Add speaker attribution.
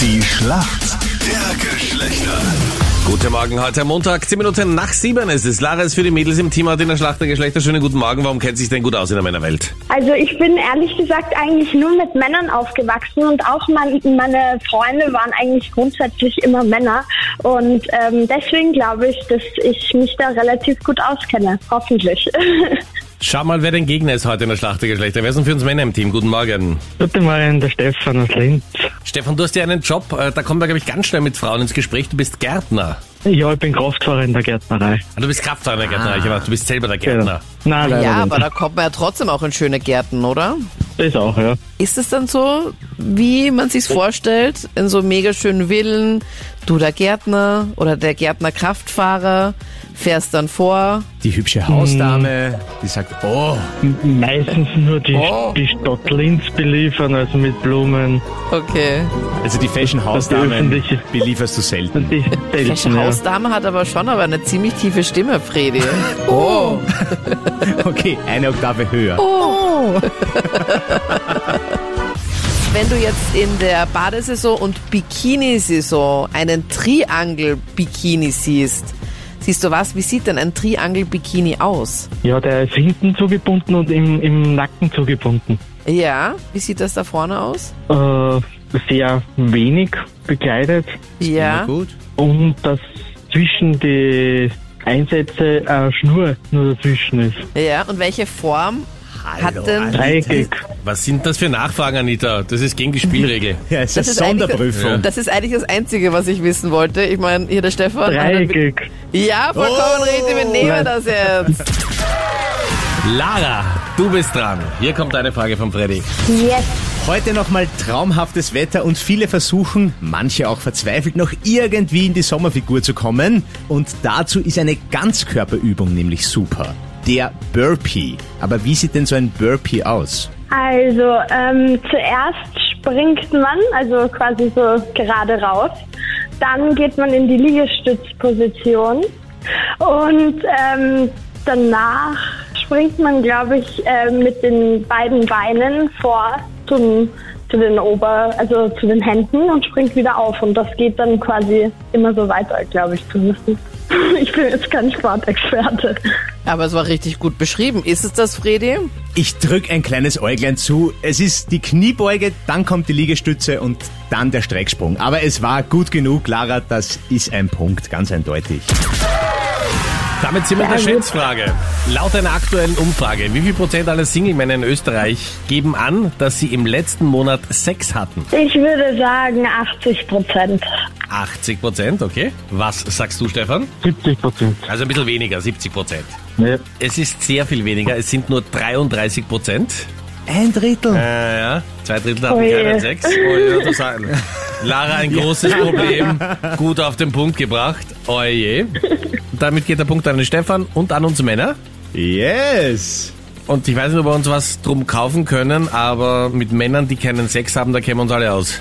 Speaker 1: Die Schlacht der Geschlechter.
Speaker 2: Guten Morgen, heute am Montag, 10 Minuten nach 7. Es ist Lara ist für die Mädels im Team heute in der Schlacht der Geschlechter. Schönen guten Morgen, warum kennt sich denn gut aus in der Männerwelt?
Speaker 3: Also ich bin ehrlich gesagt eigentlich nur mit Männern aufgewachsen und auch mein, meine Freunde waren eigentlich grundsätzlich immer Männer. Und ähm, deswegen glaube ich, dass ich mich da relativ gut auskenne. Hoffentlich.
Speaker 2: Schau mal, wer dein Gegner ist heute in der Schlacht der Geschlechter. Wer sind für uns Männer im Team? Guten Morgen.
Speaker 4: Guten Morgen, der Stefan aus Linz.
Speaker 2: Stefan, du hast ja einen Job, äh, da kommen wir, glaube ich, ganz schnell mit Frauen ins Gespräch. Du bist Gärtner.
Speaker 4: Ja, ich bin Kraftfahrer in der Gärtnerei. Genau.
Speaker 2: Ah, Genau. Du bist Kraftfahrer, Gärtner. Ich dachte, du bist selber der Gärtner.
Speaker 4: Nein, leider
Speaker 5: Ja,
Speaker 4: nicht.
Speaker 5: aber da kommt man ja trotzdem auch in schöne Gärten, oder?
Speaker 4: Das auch, ja.
Speaker 5: Ist es dann so, wie man sich's vorstellt, in so mega schönen Villen, du der Gärtner oder der Gärtner Kraftfahrer, fährst dann vor,
Speaker 6: Die hübsche Hausdame, die sagt, oh,
Speaker 4: Meistens nur die,
Speaker 6: Oh.
Speaker 4: die Stadt Linz beliefern, also mit Blumen.
Speaker 5: okay.
Speaker 6: also die Fashion-Hausdame
Speaker 4: öffentliche-
Speaker 6: belieferst du selten.
Speaker 4: Und die
Speaker 5: Welche
Speaker 4: selten, ja.
Speaker 5: Hausdame hat aber schon aber eine ziemlich tiefe Stimme, Fredi. Oh.
Speaker 6: Okay, eine Oktave höher.
Speaker 5: Oh. Wenn du jetzt in der Badesaison und Bikini-Saison einen Triangel-Bikini siehst, siehst du was? Wie sieht denn ein Triangel-Bikini aus?
Speaker 4: ja, der ist hinten zugebunden und im, im Nacken zugebunden.
Speaker 5: Ja, wie sieht das da vorne aus?
Speaker 4: Äh, sehr wenig bekleidet
Speaker 5: Ja.
Speaker 6: Gut.
Speaker 4: und dass zwischen die Einsätze eine Schnur nur dazwischen ist.
Speaker 5: Ja, und welche Form hat ähm, denn.
Speaker 4: Dreieckig.
Speaker 2: Was sind das für Nachfragen, Anita? Das ist gegen die Spielregel.
Speaker 6: Ja, es
Speaker 5: Das
Speaker 6: ist eine
Speaker 5: ist eigentlich-
Speaker 6: Sonderprüfung.
Speaker 5: Das ist eigentlich das Einzige, was ich wissen wollte. Ich meine, hier der Stefan.
Speaker 4: Dreieckig.
Speaker 5: Ja, vollkommen richtig, wir nehmen
Speaker 4: Nein.
Speaker 5: das jetzt.
Speaker 2: Lara, du bist dran. Hier kommt eine Frage von Freddy.
Speaker 3: Yes.
Speaker 6: Heute nochmal traumhaftes Wetter und viele versuchen, manche auch verzweifelt, noch irgendwie in die Sommerfigur zu kommen. Und dazu ist eine Ganzkörperübung nämlich super. Der Burpee. Aber wie sieht denn so ein Burpee aus?
Speaker 3: Also ähm, zuerst springt man, also quasi so gerade raus. Dann geht man in die Liegestützposition und ähm, danach springt man, glaube ich, äh, mit den beiden Beinen vor zum zu den Ober, also zu den Händen und springt wieder auf und das geht dann quasi immer so weiter, glaube ich zumindest. Ich bin jetzt kein Sportexperte.
Speaker 5: Aber es war richtig gut beschrieben. Ist es das, Fredi?
Speaker 6: Ich drück ein kleines Äuglein zu. Es ist die Kniebeuge, dann kommt die Liegestütze und dann der Strecksprung. Aber es war gut genug, Lara, das ist ein Punkt, ganz eindeutig.
Speaker 2: Damit sind wir in der Schätzfrage. Laut einer aktuellen Umfrage, wie viel Prozent aller Single-Männer in Österreich geben an, dass sie im letzten Monat Sex hatten?
Speaker 3: Ich würde sagen 80 Prozent.
Speaker 2: 80 Prozent, okay. Was sagst du, Stefan?
Speaker 4: 70 Prozent.
Speaker 2: Also ein bisschen weniger, 70 Prozent.
Speaker 4: Ja.
Speaker 2: Es ist sehr viel weniger, es sind nur 33 Prozent.
Speaker 6: Ein Drittel.
Speaker 2: Äh, ja, Oh, zwei Drittel hatten
Speaker 3: Oje.
Speaker 2: keinen Sex. Oje, das sagen. Lara, ein großes Problem. Gut auf den Punkt gebracht. Oje. Damit geht der Punkt an den Stefan und an uns Männer.
Speaker 6: Yes.
Speaker 2: Und ich weiß nicht, ob wir uns was drum kaufen können, aber mit Männern, die keinen Sex haben, da kennen wir uns alle aus.